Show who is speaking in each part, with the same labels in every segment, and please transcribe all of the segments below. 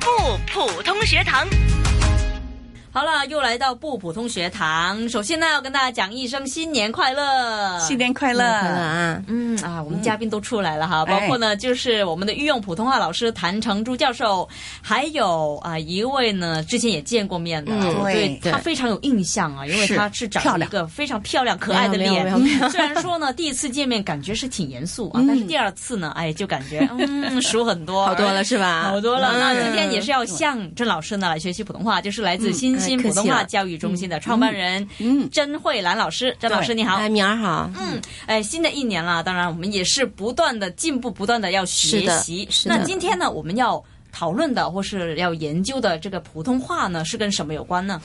Speaker 1: 不普通学堂。
Speaker 2: 好了，又来到不普通学堂。首先呢，要跟大家讲一声新年快乐，
Speaker 3: 新年快乐！
Speaker 4: 快乐啊！
Speaker 2: 嗯啊，我们嘉宾都出来
Speaker 4: 嗯
Speaker 2: 了哈，
Speaker 4: 哎
Speaker 2: 包括呢就是我们的御用普通话老师谭成珠教授，还有啊一位呢之前也见过面的，
Speaker 4: 嗯
Speaker 2: 我对
Speaker 4: 对
Speaker 2: 他非常有印象啊，因为
Speaker 4: 是
Speaker 2: 他是
Speaker 4: 漂
Speaker 2: 长了一
Speaker 4: 亮
Speaker 2: 个非常漂亮可爱的
Speaker 4: 没有 没
Speaker 2: 脸
Speaker 4: 有没有没。有
Speaker 2: 虽然说呢第一次见面感觉是挺严肃啊，但是第二次呢，哎就感觉嗯熟很多，
Speaker 4: 嗯好多了是吧？
Speaker 2: 好多了。那
Speaker 4: 嗯
Speaker 2: 今天也是要向郑老师呢来学习普通话，就是来自新兴
Speaker 4: 哎
Speaker 2: 普
Speaker 4: 客气
Speaker 2: 通话
Speaker 4: 了
Speaker 2: 教育中心的创办人
Speaker 3: 嗯
Speaker 2: 甄慧兰老师。甄老师
Speaker 3: 对
Speaker 2: 你好
Speaker 4: 哎，，明儿好。
Speaker 2: 嗯，哎，新的一年啦，当然我们也是不断的进步，不断的要学习。
Speaker 4: 是的
Speaker 2: 那今天呢，我们要。讨论的或是要研究的这个普通话呢，是跟什么有关呢？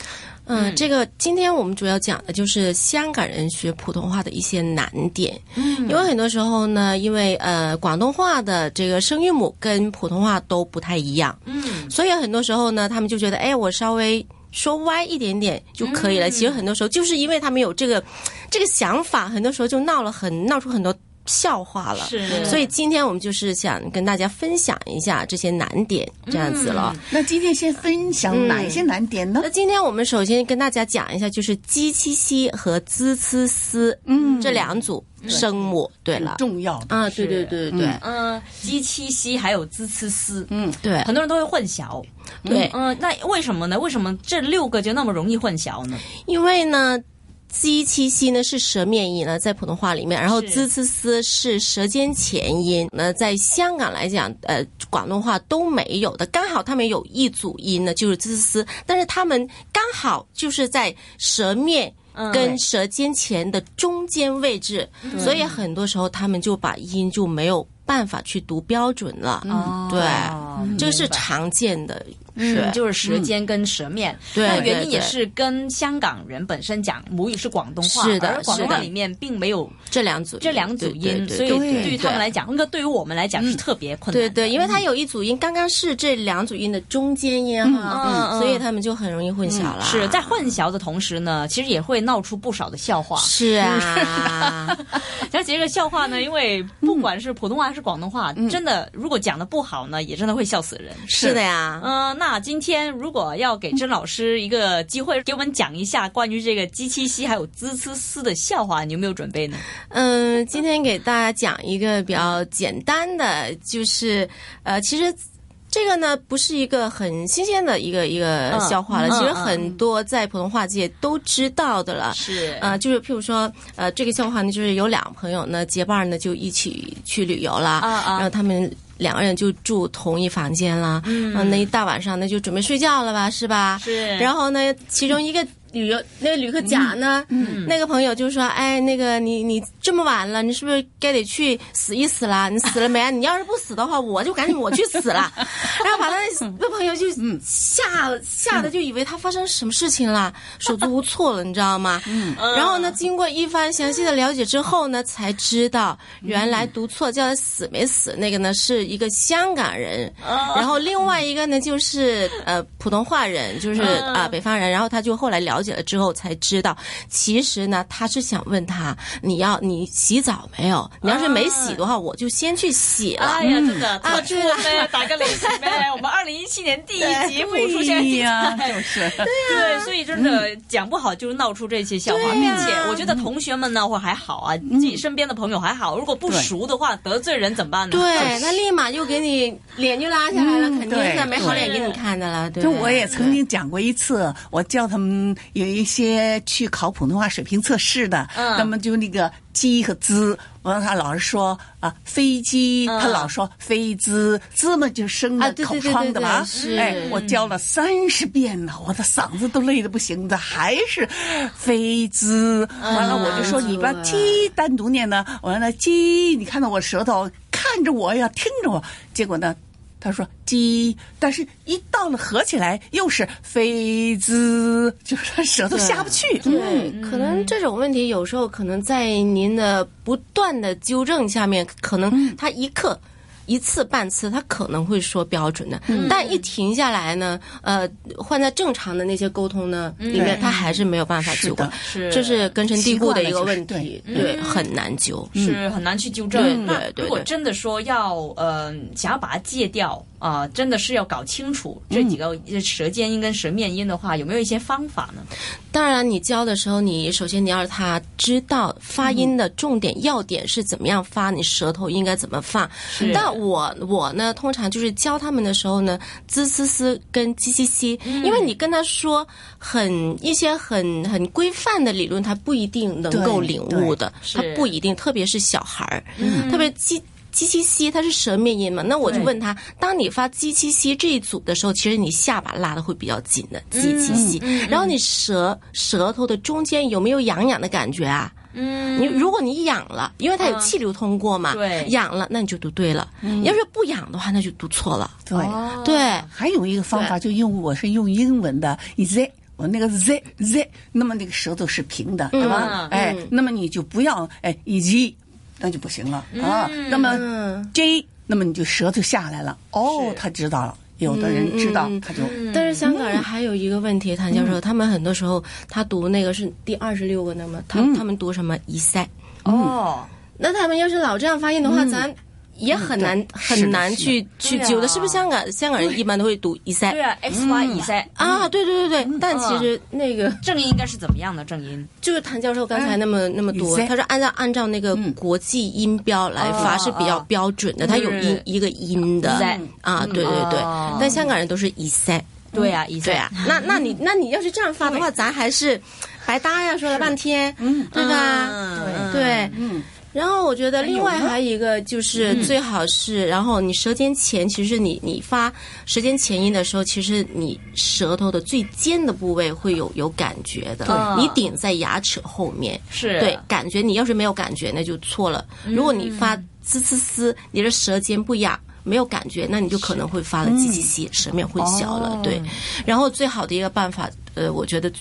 Speaker 4: 嗯，这个今天我们主要讲的就是香港人学普通话的一些难点。嗯，因为很多时候呢，因为呃广东话的这个声韵母跟普通话都不太一样，
Speaker 2: 嗯，
Speaker 4: 所以很多时候呢，他们就觉得，哎，我稍微。说歪一点点就可
Speaker 2: 嗯
Speaker 4: 以了。其实很多时候就是因为他们有这个这个想法，很多时候就闹了很闹出很多笑话了。
Speaker 2: 是
Speaker 4: 所以今天我们就是想跟大家分享一下这些难点，这样子了。
Speaker 2: 嗯
Speaker 4: 嗯
Speaker 3: 那今天先分享哪一些难点呢
Speaker 4: 那？今天我们首先跟大家讲一下，就是鸡七西和滋呲丝，嗯，这两组声母。对
Speaker 3: 很
Speaker 4: 了，
Speaker 3: 重要的，
Speaker 4: 啊，对对对对
Speaker 2: 嗯、鸡七西还有滋呲丝，
Speaker 3: 嗯，
Speaker 4: 对
Speaker 2: 很多人都会混淆。
Speaker 4: 对，
Speaker 2: 嗯、那为什么呢？为什么这六个就那么容易混淆呢？
Speaker 4: 因为呢。鸡七西呢是舌面音呢，在普通话里面，然后
Speaker 2: 是
Speaker 4: 滋呲丝是舌尖前音。那在香港来讲，呃，广东话都没有的，刚好他们有一组音呢，就是滋呲丝，但是他们刚好就是在舌面
Speaker 2: 嗯
Speaker 4: 跟舌尖前的中间位置，所以很多时候他们就把音就没有办法去读标准了。
Speaker 2: 哦
Speaker 4: 对
Speaker 2: 嗯
Speaker 4: 这个是
Speaker 2: 明白
Speaker 4: 常见的，是
Speaker 2: 嗯，就是舌尖跟舌面。
Speaker 4: 对
Speaker 2: 那原因
Speaker 4: 对
Speaker 2: 也
Speaker 4: 对
Speaker 2: 是跟香港人本身讲母语是广东话，
Speaker 4: 是的
Speaker 2: 而广东
Speaker 4: 是
Speaker 2: 话
Speaker 4: 的
Speaker 2: 里面并没有
Speaker 4: 这两组音
Speaker 2: 这两组音，
Speaker 4: 对对对
Speaker 2: 所以
Speaker 4: 对
Speaker 2: 对于他们
Speaker 4: 对嗯
Speaker 2: 来讲，嗯应该对于我们来讲是特别困难
Speaker 4: 对
Speaker 2: 的。
Speaker 4: 对，因为它有一组音，刚刚是这两组音的中间音哈，
Speaker 2: 嗯嗯嗯
Speaker 4: 所以他们就很容易混淆了。
Speaker 2: 是在混淆的同时呢，其实也会闹出不少的笑话。
Speaker 4: 是
Speaker 2: 嗯
Speaker 4: 啊，
Speaker 2: 而且这个笑话呢，因为不
Speaker 4: 嗯
Speaker 2: 管是普通话还是广东话，真的如果讲的不好呢，也真的会笑死人。
Speaker 4: 是 的呀。
Speaker 2: 嗯、那今天如果要给甄老师一个机会，给我们讲一下关于这个鸡七西还有滋呲丝的笑话，你有没有准备呢？
Speaker 4: 嗯，今天给大家讲一个比较简单的，就是呃，其实。这个呢，不是一个很新鲜的一个一个
Speaker 2: 嗯
Speaker 4: 笑话了，
Speaker 2: 嗯
Speaker 4: 其实
Speaker 2: 嗯
Speaker 4: 很多在普通话界都知道的了。
Speaker 2: 是
Speaker 4: 呃，就是譬如说，呃，这个笑话呢，就是有两个朋友呢结伴儿呢就一起去旅游啦，
Speaker 2: 啊啊
Speaker 4: 然后他们两个人就住同一房间啦，嗯，那一大晚上呢就准备睡觉了吧，是吧？
Speaker 2: 是
Speaker 4: 然后呢，其中一个旅游那个旅客甲呢，
Speaker 2: 嗯
Speaker 4: 那个朋友就说，哎，那个你你这么晚了，你是不是该得去死一死啦？你死了没啊？你要是不死的话，我就赶紧我去死 了。然后把他那朋友就吓
Speaker 2: 嗯
Speaker 4: 了，吓得就以为他发生什么事情了，手足无措了，你知道吗？
Speaker 3: 嗯
Speaker 4: 然后呢，经过一番详细的了解之后呢，才知道原来读错叫他死没死那个呢是一个香港人，
Speaker 3: 嗯
Speaker 4: 然后另外一个呢就是呃普通话人，就是
Speaker 3: 嗯
Speaker 4: 啊、北方人。然后他就后来了解了之后才知道，其实呢他是想问他你要你洗澡没有？你要是没洗的话，我就先去洗了。
Speaker 2: 哎呀，真的，
Speaker 4: 啊
Speaker 2: 特出
Speaker 4: 对啊
Speaker 2: 呗，打个雷击呗。我们二零一七年第一集复出现在
Speaker 3: 对
Speaker 2: 现
Speaker 3: 呀，
Speaker 2: 在，
Speaker 3: 就是
Speaker 2: 对，所以真的讲不好就闹出这些笑话，
Speaker 4: 嗯对
Speaker 2: 并
Speaker 4: 呀
Speaker 2: 且我觉得同学们呢，或还好啊，自己身边的朋友还好，如果不熟的话，得罪人怎么办呢？
Speaker 4: 嗯对，那立马就给你脸就拉下来了，
Speaker 3: 嗯
Speaker 4: 肯定
Speaker 3: 对
Speaker 4: 是没好脸给你看的了。对，
Speaker 3: 就我也曾经讲过一次，我叫他们有一些去考普通话水平测试的，
Speaker 2: 嗯
Speaker 3: 他们就那个鸡和滋，我让他老是说啊飞机，
Speaker 2: 嗯
Speaker 3: 他老说飞滋，滋嘛就生
Speaker 4: 啊
Speaker 3: 了
Speaker 4: 对
Speaker 3: 口
Speaker 4: 对对
Speaker 3: 疮的
Speaker 4: 对
Speaker 3: 嘛
Speaker 4: 对，是
Speaker 3: 哎，我教了三十遍了，我的嗓子都累得不行的，还是飞滋，完了我就说
Speaker 4: 嗯
Speaker 3: 你把
Speaker 4: 对
Speaker 3: 鸡单独念呢，我让他鸡，你看到我舌头看着我呀，听着我，结果呢？他说“鸡”，但是一到了合起来又是“飞滋”，就是他舌头下不去。
Speaker 2: 嗯
Speaker 4: 对，嗯
Speaker 3: 嗯
Speaker 4: 可能这种问题有时候可能在您的不断的纠正下面，可
Speaker 3: 嗯
Speaker 4: 能他一刻。一次半次，他可能会说标准的，
Speaker 3: 嗯
Speaker 4: 但一停下来呢，呃，换在正常的那些沟通呢里面，他还是没有办法
Speaker 3: 嗯是
Speaker 4: 纠
Speaker 3: 的
Speaker 4: 正，
Speaker 2: 是
Speaker 4: 这是根深蒂固的一个
Speaker 3: 习惯了
Speaker 4: 问
Speaker 3: 就是嗯
Speaker 4: 题，对，很难纠。
Speaker 2: 是很难去纠正。
Speaker 4: 嗯对
Speaker 2: 那
Speaker 4: 对对
Speaker 2: 如果
Speaker 4: 对
Speaker 2: 真的说要呃想要把它戒掉，啊、真的是要搞清楚这几个
Speaker 4: 嗯
Speaker 2: 舌尖音跟舌面音的话，有没有一些方法呢？
Speaker 4: 当然，你教的时候，你首先你要让他知道发音的重点、要点是怎么样发，你舌头应该怎么放。但我我呢，通常就是教他们的时候呢，滋滋滋跟叽叽叽，
Speaker 3: 嗯
Speaker 4: 因为你跟他说很一些很很规范的理论，他不一定能够
Speaker 3: 对
Speaker 4: 领
Speaker 3: 对嗯
Speaker 4: 悟的，
Speaker 2: 是
Speaker 4: 他不一定，特别是小孩儿，特别叽。叽叽叽，它是舌面音嘛？那我就
Speaker 2: 对
Speaker 4: 问他，当你发叽叽叽这一组的时候，其实你下巴拉的会比较紧的，叽叽叽。然后你舌舌头的中间有没有痒痒的感觉啊？
Speaker 2: 嗯，
Speaker 4: 你如果你痒了，因为它有
Speaker 2: 嗯
Speaker 4: 气流通过嘛，
Speaker 2: 对
Speaker 4: 痒了，那你就读对了；要是不痒的话，那就读错了。
Speaker 3: 对，
Speaker 2: 哦
Speaker 4: 对，嗯
Speaker 3: 还有一个方法，就用我是用英文的 z，我那个 z z，那么那个舌头是平的，对吧
Speaker 2: 嗯？
Speaker 3: 哎
Speaker 4: 嗯，
Speaker 3: 那么你就不要哎 z，那就不行了啊。那么
Speaker 4: 嗯
Speaker 3: j，那么你就舌头下来了，哦
Speaker 2: 是，嗯
Speaker 3: 他知道了。有的人知道，他就
Speaker 4: 但是香港人还有一个问题，谭教授，他们很多时候他读那个是第二十六个那么，他他们读什么一塞？
Speaker 2: 哦，
Speaker 4: 那他们要是老这样发音的
Speaker 2: 嗯
Speaker 4: 话，咱也很难
Speaker 3: 是
Speaker 4: 很
Speaker 3: 的
Speaker 4: 难
Speaker 3: 是的
Speaker 4: 去去
Speaker 2: 对啊
Speaker 4: 揪的，是不是？香港香港人一般都会读一塞
Speaker 2: 对啊，x 嗯 y 以塞
Speaker 4: 啊，对对对对，但其实那个
Speaker 2: 正音应该是怎么样的正音？
Speaker 4: 就是谭教授刚才那
Speaker 2: 哎
Speaker 4: 么那么
Speaker 3: 你
Speaker 4: 多
Speaker 3: 先，
Speaker 4: 他说按照按照那个国际音标来发
Speaker 2: 嗯哦
Speaker 4: 是比较
Speaker 2: 哦
Speaker 4: 标准的，它有
Speaker 2: 嗯
Speaker 4: 音一个音的
Speaker 2: 塞
Speaker 4: 啊，对对对
Speaker 2: 哦，
Speaker 4: 但香港人都是以塞。
Speaker 2: 嗯对呀，以塞
Speaker 4: 对啊，那那你那你要是这样发的话，咱还是白搭呀，说了半天，对吧？
Speaker 2: 嗯
Speaker 4: 对，
Speaker 3: 嗯，
Speaker 4: 然后我觉得另外还有嗯一个就是最好是，然后你舌尖前，其实你你发舌尖前音的时候，其实你舌头的最尖的部位会有有感觉的，
Speaker 2: 对
Speaker 4: 你顶在牙齿后面，
Speaker 2: 是
Speaker 4: 对感觉。你要是没有感觉，那就错了。
Speaker 2: 嗯
Speaker 4: 如果你发滋滋滋，你的舌尖不痒。没有感觉，那你就可能会发了叽
Speaker 2: 嗯
Speaker 4: 叽叽，舌面会小了。
Speaker 2: 哦
Speaker 4: 对，然后最好的一个办法，呃，我觉得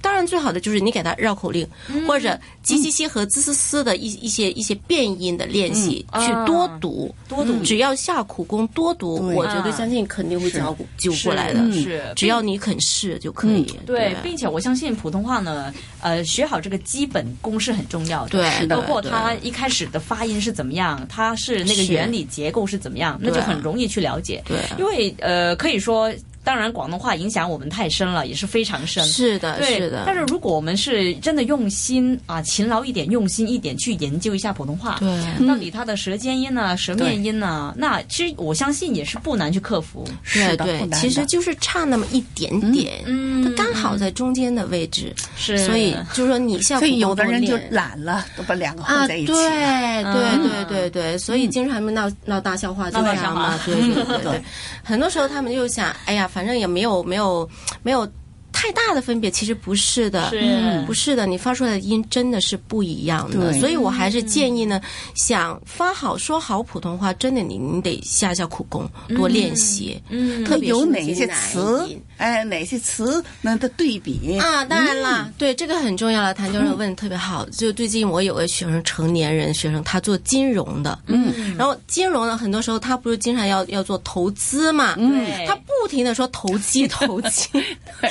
Speaker 4: 当然，最好的就是你给他绕口令，
Speaker 2: 嗯
Speaker 4: 或者叽叽叽和滋滋滋的一一些一些变音的练习，
Speaker 2: 嗯
Speaker 4: 去
Speaker 2: 啊
Speaker 4: 多读，嗯
Speaker 2: 多读
Speaker 4: 只要下苦功多读，
Speaker 3: 对
Speaker 4: 我觉
Speaker 2: 啊
Speaker 4: 得相信肯定会教过救过来的。
Speaker 2: 是是
Speaker 4: 只要你肯试就可以。啊
Speaker 2: 对，并且我相信普通话呢，呃，学好这个基本功是很重要的。
Speaker 4: 对是的
Speaker 2: 包括
Speaker 4: 对
Speaker 2: 它一开始的发音是怎么样，它是啊那个
Speaker 4: 是
Speaker 2: 原理结构是怎么样，那就
Speaker 4: 对
Speaker 2: 很容易去了解。
Speaker 4: 对啊
Speaker 2: 因为呃，可以说，当然广东话影响我们太深了，也是非常深。
Speaker 4: 是的，
Speaker 2: 对，
Speaker 4: 是的
Speaker 2: 但，是如果我们是真的用心啊，勤劳一点，用心一点去研究一下普通话，
Speaker 4: 对，
Speaker 2: 到底它的舌尖音啊、舌面音啊，那其实我相信也是不难去克服。
Speaker 3: 是
Speaker 4: 对
Speaker 3: 的，不
Speaker 4: 对，
Speaker 3: 难
Speaker 4: 其实
Speaker 3: 的
Speaker 4: 就是差那么一点点，
Speaker 2: 嗯
Speaker 4: 它刚好在中间的位置，
Speaker 2: 是啊
Speaker 4: 所以就是说你下苦
Speaker 3: 所
Speaker 4: 功
Speaker 3: 以有的
Speaker 4: 多
Speaker 3: 人就
Speaker 4: 练
Speaker 3: 懒了，都把两个
Speaker 4: 啊，
Speaker 3: 混在
Speaker 4: 对
Speaker 3: 一起
Speaker 4: 对
Speaker 3: 了。
Speaker 4: 啊对对对，所以经常他们闹嗯闹大笑话，就这样嘛，对对对对，很多时候他们就想，哎呀，反正也没有没有没有太大的分别，其实不是的，
Speaker 2: 是
Speaker 4: 嗯不是的，你发出来的音真的是不一样的，
Speaker 3: 对
Speaker 4: 所以我还是建议呢，想发好说好普通话，真的你你得下下苦功，多练习，
Speaker 2: 嗯
Speaker 4: 特别
Speaker 3: 有
Speaker 4: 是
Speaker 3: 哪
Speaker 4: 一
Speaker 3: 些
Speaker 4: 难
Speaker 3: 词
Speaker 4: 音？
Speaker 3: 哎，哪些词那的对比
Speaker 2: 嗯
Speaker 4: 啊，当然啦，对这个很重要了。谭教授问的特别好，就最近我有个学生，成年人学生，他做金融的，嗯，然后金融呢，很多时候他不是经常要要做投资嘛，嗯
Speaker 2: 对
Speaker 4: 他不停的说投 机投机，对，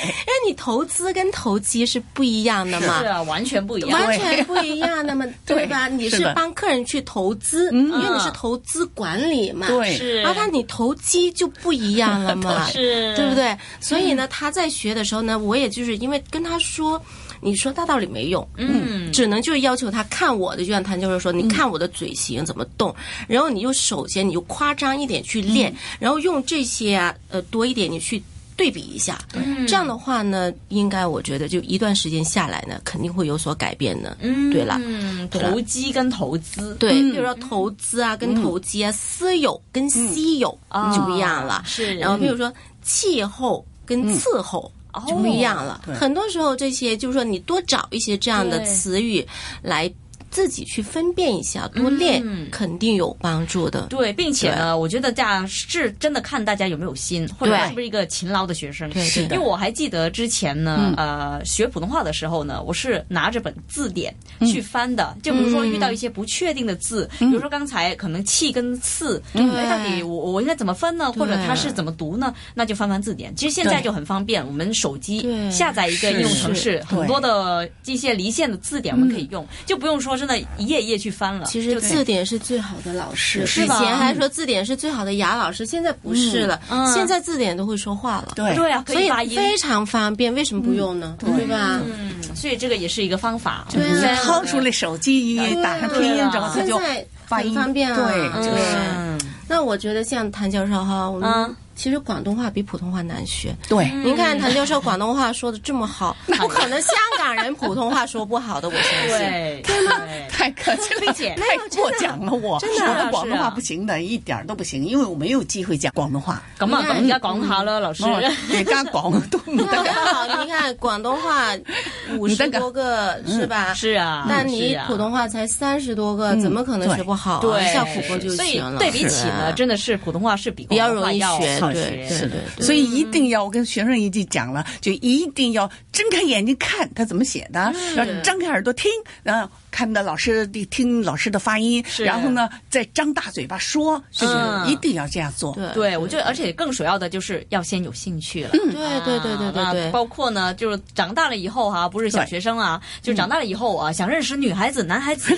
Speaker 4: 因为你投资跟投机是不一样的嘛
Speaker 2: 是。啊，完全不一样。
Speaker 4: 完全不一样的嘛，
Speaker 3: 对
Speaker 4: 对吧？你
Speaker 3: 是
Speaker 4: 是
Speaker 3: 的
Speaker 4: 帮客人去投资，因为你是投资管理嘛，
Speaker 3: 对
Speaker 2: 嗯是
Speaker 4: 然后他你投机就不一样了嘛，
Speaker 2: 是
Speaker 4: 对不对？所以
Speaker 2: 嗯
Speaker 4: 呢，他在学的时候呢，我也就是因为跟他说，你说大道理没用，
Speaker 2: 嗯
Speaker 4: 只能就是要求他看我的，就像谭教授说，你看我的嘴型怎么动，然后你就首先你就夸张一点去练，
Speaker 2: 嗯
Speaker 4: 然后用这些啊呃多一点你去。对比一下，嗯这样的话呢，应该我觉得就一段时间下来呢，肯定会有所改变的。
Speaker 2: 嗯，
Speaker 4: 对了，
Speaker 2: 嗯，
Speaker 4: 对了
Speaker 2: 投机跟投资，
Speaker 4: 对，比如说投资啊，跟投机啊，私有跟私有就不一样了
Speaker 2: 嗯啊。是
Speaker 4: 然后比如说气候跟
Speaker 2: 嗯
Speaker 4: 伺候。
Speaker 2: 哦
Speaker 4: 就不一样了，很多时候这些就是说，你多找一些这样的
Speaker 2: 对
Speaker 4: 词语来自己去分辨一下，多练、肯定有帮助的。
Speaker 2: 嗯对，并且呢，我觉得这样是真的看大家有没有心，或者是不是一个勤劳的学生。
Speaker 4: 对是
Speaker 2: 因
Speaker 4: 嗯
Speaker 2: 为我还记得之前呢，呃，学普通话的时候呢，我是拿着本字典
Speaker 4: 嗯
Speaker 2: 去翻的。就比如说遇到一些不确定的字，比如说刚才可能气跟刺，哎，到底我我应该怎么分呢？或者它是怎么读呢？那就翻翻字典。其实现在
Speaker 3: 对
Speaker 2: 就很方便，我们手机
Speaker 4: 对
Speaker 2: 下载一个应用程
Speaker 3: 是
Speaker 2: 式，
Speaker 3: 是
Speaker 2: 很多的这些离线的字典我们可以用，就不用说是真的一页一页去翻了。
Speaker 4: 其实字典是最好的老师，
Speaker 2: 是
Speaker 4: 之
Speaker 2: 吧
Speaker 4: 前还说字典是最好的雅老师，现在不是了，
Speaker 2: 嗯
Speaker 4: 现在字典都会说话了，
Speaker 3: 对
Speaker 2: 对啊，可
Speaker 4: 所以
Speaker 2: 发音，
Speaker 4: 非常方便，为什么不用呢？对吧？
Speaker 2: 嗯，所以这个也是一个方法。
Speaker 4: 对啊
Speaker 3: 你掏出了手机，
Speaker 4: 对啊
Speaker 3: 打上拼音之后，它
Speaker 4: 现
Speaker 3: 就
Speaker 4: 在
Speaker 3: 发
Speaker 4: 很
Speaker 3: 音
Speaker 4: 方便啊，
Speaker 3: 对
Speaker 4: 对
Speaker 3: 就
Speaker 2: 嗯，
Speaker 4: 那我觉得像谭教授哈，我
Speaker 2: 嗯
Speaker 4: 们其实广东话比普通话难学。
Speaker 3: 对。
Speaker 4: 您看谭教授广东话说的这 么好，不可能香港人普通话说不好的，我相信。
Speaker 2: 对，对吗？
Speaker 3: 太客 气
Speaker 2: 并
Speaker 3: 了，
Speaker 2: 且
Speaker 3: 太过奖了我，
Speaker 2: 真的
Speaker 3: 我
Speaker 2: 是啊
Speaker 3: 的广东
Speaker 2: 是啊
Speaker 3: 话不行的，一点儿都不行，因为我没有机会讲广东话，
Speaker 2: 咁啊，
Speaker 4: 你
Speaker 2: 咁
Speaker 4: 看
Speaker 2: 而家講下啦，老師。
Speaker 3: 哦
Speaker 4: 啊嗯
Speaker 3: 也加广东
Speaker 4: 那
Speaker 3: 的。
Speaker 4: 很好，你看广东话五十 多个是吧？
Speaker 2: 嗯是啊，
Speaker 4: 但你
Speaker 2: 是啊
Speaker 4: 普通话才三十多个，怎么可能学不好啊？
Speaker 2: 对
Speaker 4: 下苦功就行了。
Speaker 2: 所以对比起呢，
Speaker 4: 是啊
Speaker 2: 真的是普通话是比
Speaker 4: 比较容易
Speaker 2: 广东话
Speaker 4: 学，
Speaker 2: 要好
Speaker 4: 对对
Speaker 2: 学。
Speaker 4: 对对。
Speaker 3: 所以一定要，我跟学生一起讲了，就一定要睁开眼睛看他怎么写的，
Speaker 4: 嗯
Speaker 3: 然后张开耳朵听，然后看到老师的听老师的发音，
Speaker 2: 是
Speaker 3: 然后呢再张大嘴巴说，就是
Speaker 2: 嗯
Speaker 3: 一定要这样做。
Speaker 4: 对
Speaker 2: 对，我觉得，而且更主要的就是要先有兴趣了。
Speaker 4: 对嗯对对对
Speaker 2: 啊
Speaker 4: 对对，
Speaker 2: 包括呢，就是长大了以后哈、不是小学生啊，就长大了以后啊，想认识女孩子、男孩 子，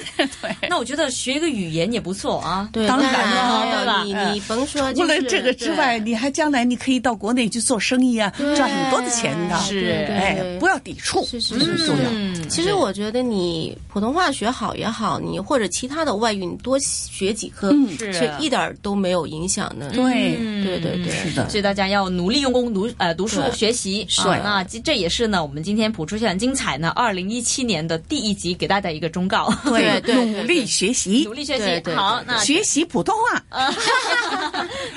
Speaker 2: 那我觉得学一个语言也不错啊。
Speaker 4: 对，
Speaker 3: 当然
Speaker 2: 了
Speaker 4: 还有
Speaker 2: 对吧
Speaker 4: 你
Speaker 3: 嗯
Speaker 4: 你甭说，
Speaker 3: 除
Speaker 4: 就
Speaker 3: 了
Speaker 4: 是
Speaker 3: 这个之外，，你还将来你可以到国内去做生意啊，
Speaker 4: 对
Speaker 3: 赚很多的钱的。
Speaker 2: 是
Speaker 4: 对对
Speaker 3: 哎
Speaker 4: 对，
Speaker 3: 不要抵触，
Speaker 4: 是是
Speaker 3: 这
Speaker 4: 是
Speaker 3: 重要。
Speaker 2: 嗯，
Speaker 4: 其实我觉得你普通话学好也好，你或者其他的外语你多学几科，
Speaker 2: 是
Speaker 4: 其实一点儿都没有影响的。
Speaker 3: 对，
Speaker 4: 对对对，
Speaker 3: 是的
Speaker 2: 所以大家要努力用功读呃读书
Speaker 4: 嗯对
Speaker 2: 学习
Speaker 4: 是
Speaker 2: 啊。那这这也是呢，我们今天普出现很精彩呢，二零一七年的第一集给大家一个忠告，
Speaker 4: 对对对
Speaker 3: 努力学习
Speaker 2: 努，力学习。
Speaker 4: 对对对
Speaker 2: 好，
Speaker 4: 对
Speaker 2: 那
Speaker 3: 学习普通话，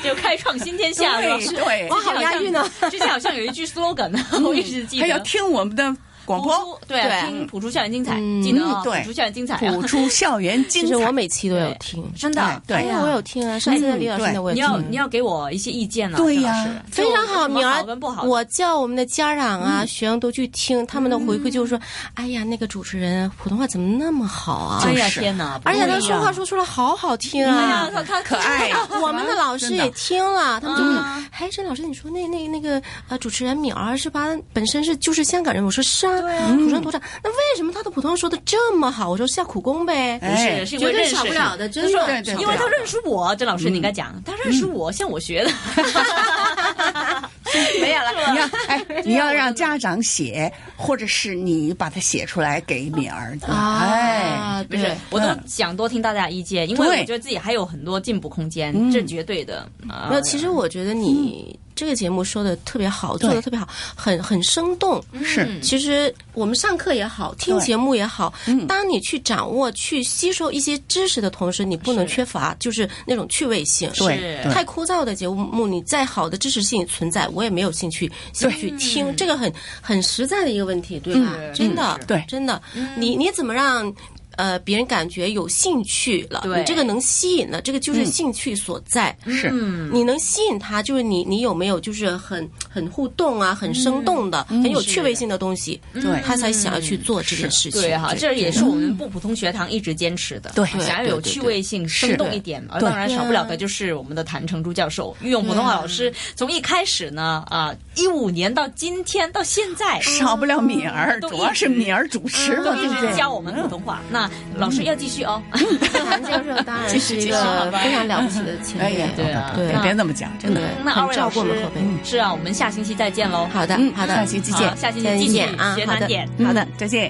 Speaker 2: 就开创新天下是吧？
Speaker 3: 对对
Speaker 4: 哇，
Speaker 2: 之前
Speaker 4: 好押韵啊！
Speaker 2: 之前好像有一句 slogan，我 一直记得。
Speaker 3: 还要听我们的广
Speaker 2: 谱
Speaker 3: 播
Speaker 4: 哦
Speaker 2: 出，对
Speaker 4: 对
Speaker 2: 听《谱出校园精彩》，
Speaker 4: 嗯
Speaker 2: 记得
Speaker 3: 嗯
Speaker 2: 啊，
Speaker 3: 对
Speaker 2: 谱出校园精彩》
Speaker 3: 谱出校园
Speaker 4: 其
Speaker 3: 精
Speaker 4: 实我
Speaker 3: 彩。
Speaker 4: 每期都有听，
Speaker 2: 真的
Speaker 3: 哎对
Speaker 4: 哎呀，我有听啊，上次的李老师
Speaker 3: 对
Speaker 4: 的我
Speaker 2: 你
Speaker 4: 也
Speaker 2: 要
Speaker 4: 听。
Speaker 2: 你要给我一些意见呢，
Speaker 3: 对
Speaker 2: 郑老
Speaker 3: 呀
Speaker 2: 师
Speaker 4: 非常好，
Speaker 2: 就有
Speaker 4: 苗
Speaker 2: 什么
Speaker 4: 儿
Speaker 2: 好跟不好，的，
Speaker 4: 我叫我们的家长啊、学生都去听，他们的回馈就是说：“哎呀，那个主持人普通话怎么那么好啊
Speaker 2: 哎
Speaker 3: 就
Speaker 2: 呀
Speaker 3: 是
Speaker 2: 天哪！不
Speaker 4: 而且
Speaker 2: 一
Speaker 4: 他
Speaker 2: 样
Speaker 4: 说话，说出来好好听
Speaker 2: 哎
Speaker 4: 啊！”
Speaker 2: 呀，他他
Speaker 3: 可爱，
Speaker 4: 我们的老师也听了，他们就说
Speaker 2: 嗯：“
Speaker 4: 哎，郑老师，你说那那那个呃，主持人淼儿是吧？本身是就是香港人。”我说：“是啊，土生土长。那为什么他的普通话说的这么好？”我说：“下苦功呗。”
Speaker 2: 不
Speaker 3: 哎
Speaker 2: 是是因为认识
Speaker 4: 的，
Speaker 2: 他
Speaker 4: 真
Speaker 2: 说
Speaker 3: 对对对嗯
Speaker 2: 因为他认识我，郑老师你应该讲，他认识我，向我学的。 没有了，
Speaker 3: 你要 哎，你要让家长写，或者是你把它写出来给你儿子。
Speaker 4: 啊
Speaker 3: 哎，
Speaker 2: 不是
Speaker 4: 对，
Speaker 2: 我都
Speaker 3: 嗯
Speaker 2: 想多听大家意见，因为
Speaker 3: 对嗯
Speaker 2: 我觉得自己还有很多进步空间，这绝对的。啊
Speaker 4: 没有，其实我觉得你这个节目说的特别好，做的特别好，很很生动。
Speaker 2: 嗯
Speaker 3: 是
Speaker 4: 其实我们上课也好，听
Speaker 3: 嗯对
Speaker 4: 节目也好，当你去掌握、去吸收一些知识的同时，你不能缺乏就是那种趣味性。
Speaker 3: 对
Speaker 2: 是
Speaker 3: 对
Speaker 4: 太枯燥的节目，你再好的知识性存在，我也没有兴趣兴趣听。这个很很实在的一个问题，对吧？
Speaker 2: 嗯
Speaker 4: 真的
Speaker 2: 嗯，
Speaker 3: 对
Speaker 4: 真的，你你怎么让？呃，别人感觉有兴趣了，
Speaker 2: 对嗯
Speaker 4: 你这个能吸引了，这个就是兴趣所在。
Speaker 3: 是，
Speaker 4: 你能吸引他，就是你你有没有就是很很互动啊，很生动的，
Speaker 2: 嗯
Speaker 4: 很有趣味性的东西，
Speaker 3: 对
Speaker 4: 他才想要去做这件事情。
Speaker 2: 对哈，这也是我们不普通学堂一直坚持的，啊
Speaker 3: 对
Speaker 2: 想要有趣味性、
Speaker 3: 对对
Speaker 2: 生动一点，而
Speaker 3: 对嗯
Speaker 2: 当然少不了的就是我们的谭成珠教授，御用普通话老师，从一开始呢，啊，一五年到今天到现在，
Speaker 3: 少不了敏儿，
Speaker 2: 嗯都一直嗯
Speaker 3: 主要是敏儿主持
Speaker 2: 都
Speaker 3: 嘛，对
Speaker 2: 一
Speaker 3: 不
Speaker 2: 直
Speaker 3: 对？
Speaker 2: 教我们普通话。那老
Speaker 3: 嗯
Speaker 2: 师要继续哦，
Speaker 4: 谭教 授当然是一个非常了不起的前
Speaker 3: 哎呀
Speaker 4: 辈，，
Speaker 2: 对啊
Speaker 4: 对
Speaker 3: 别别那么讲，真
Speaker 4: 对
Speaker 3: 的。，
Speaker 2: 那二
Speaker 4: 很
Speaker 2: 位
Speaker 4: 照
Speaker 2: 老
Speaker 4: 顾
Speaker 2: 师
Speaker 4: 我们后辈。
Speaker 2: 是啊，我们下星期再见喽。
Speaker 4: 嗯好的，好的，
Speaker 3: 下期再见
Speaker 2: 好下星
Speaker 4: 再
Speaker 2: 期继续
Speaker 4: 见啊
Speaker 2: 学
Speaker 4: 好
Speaker 2: 难
Speaker 4: 的
Speaker 2: 点。
Speaker 3: 好的，再见。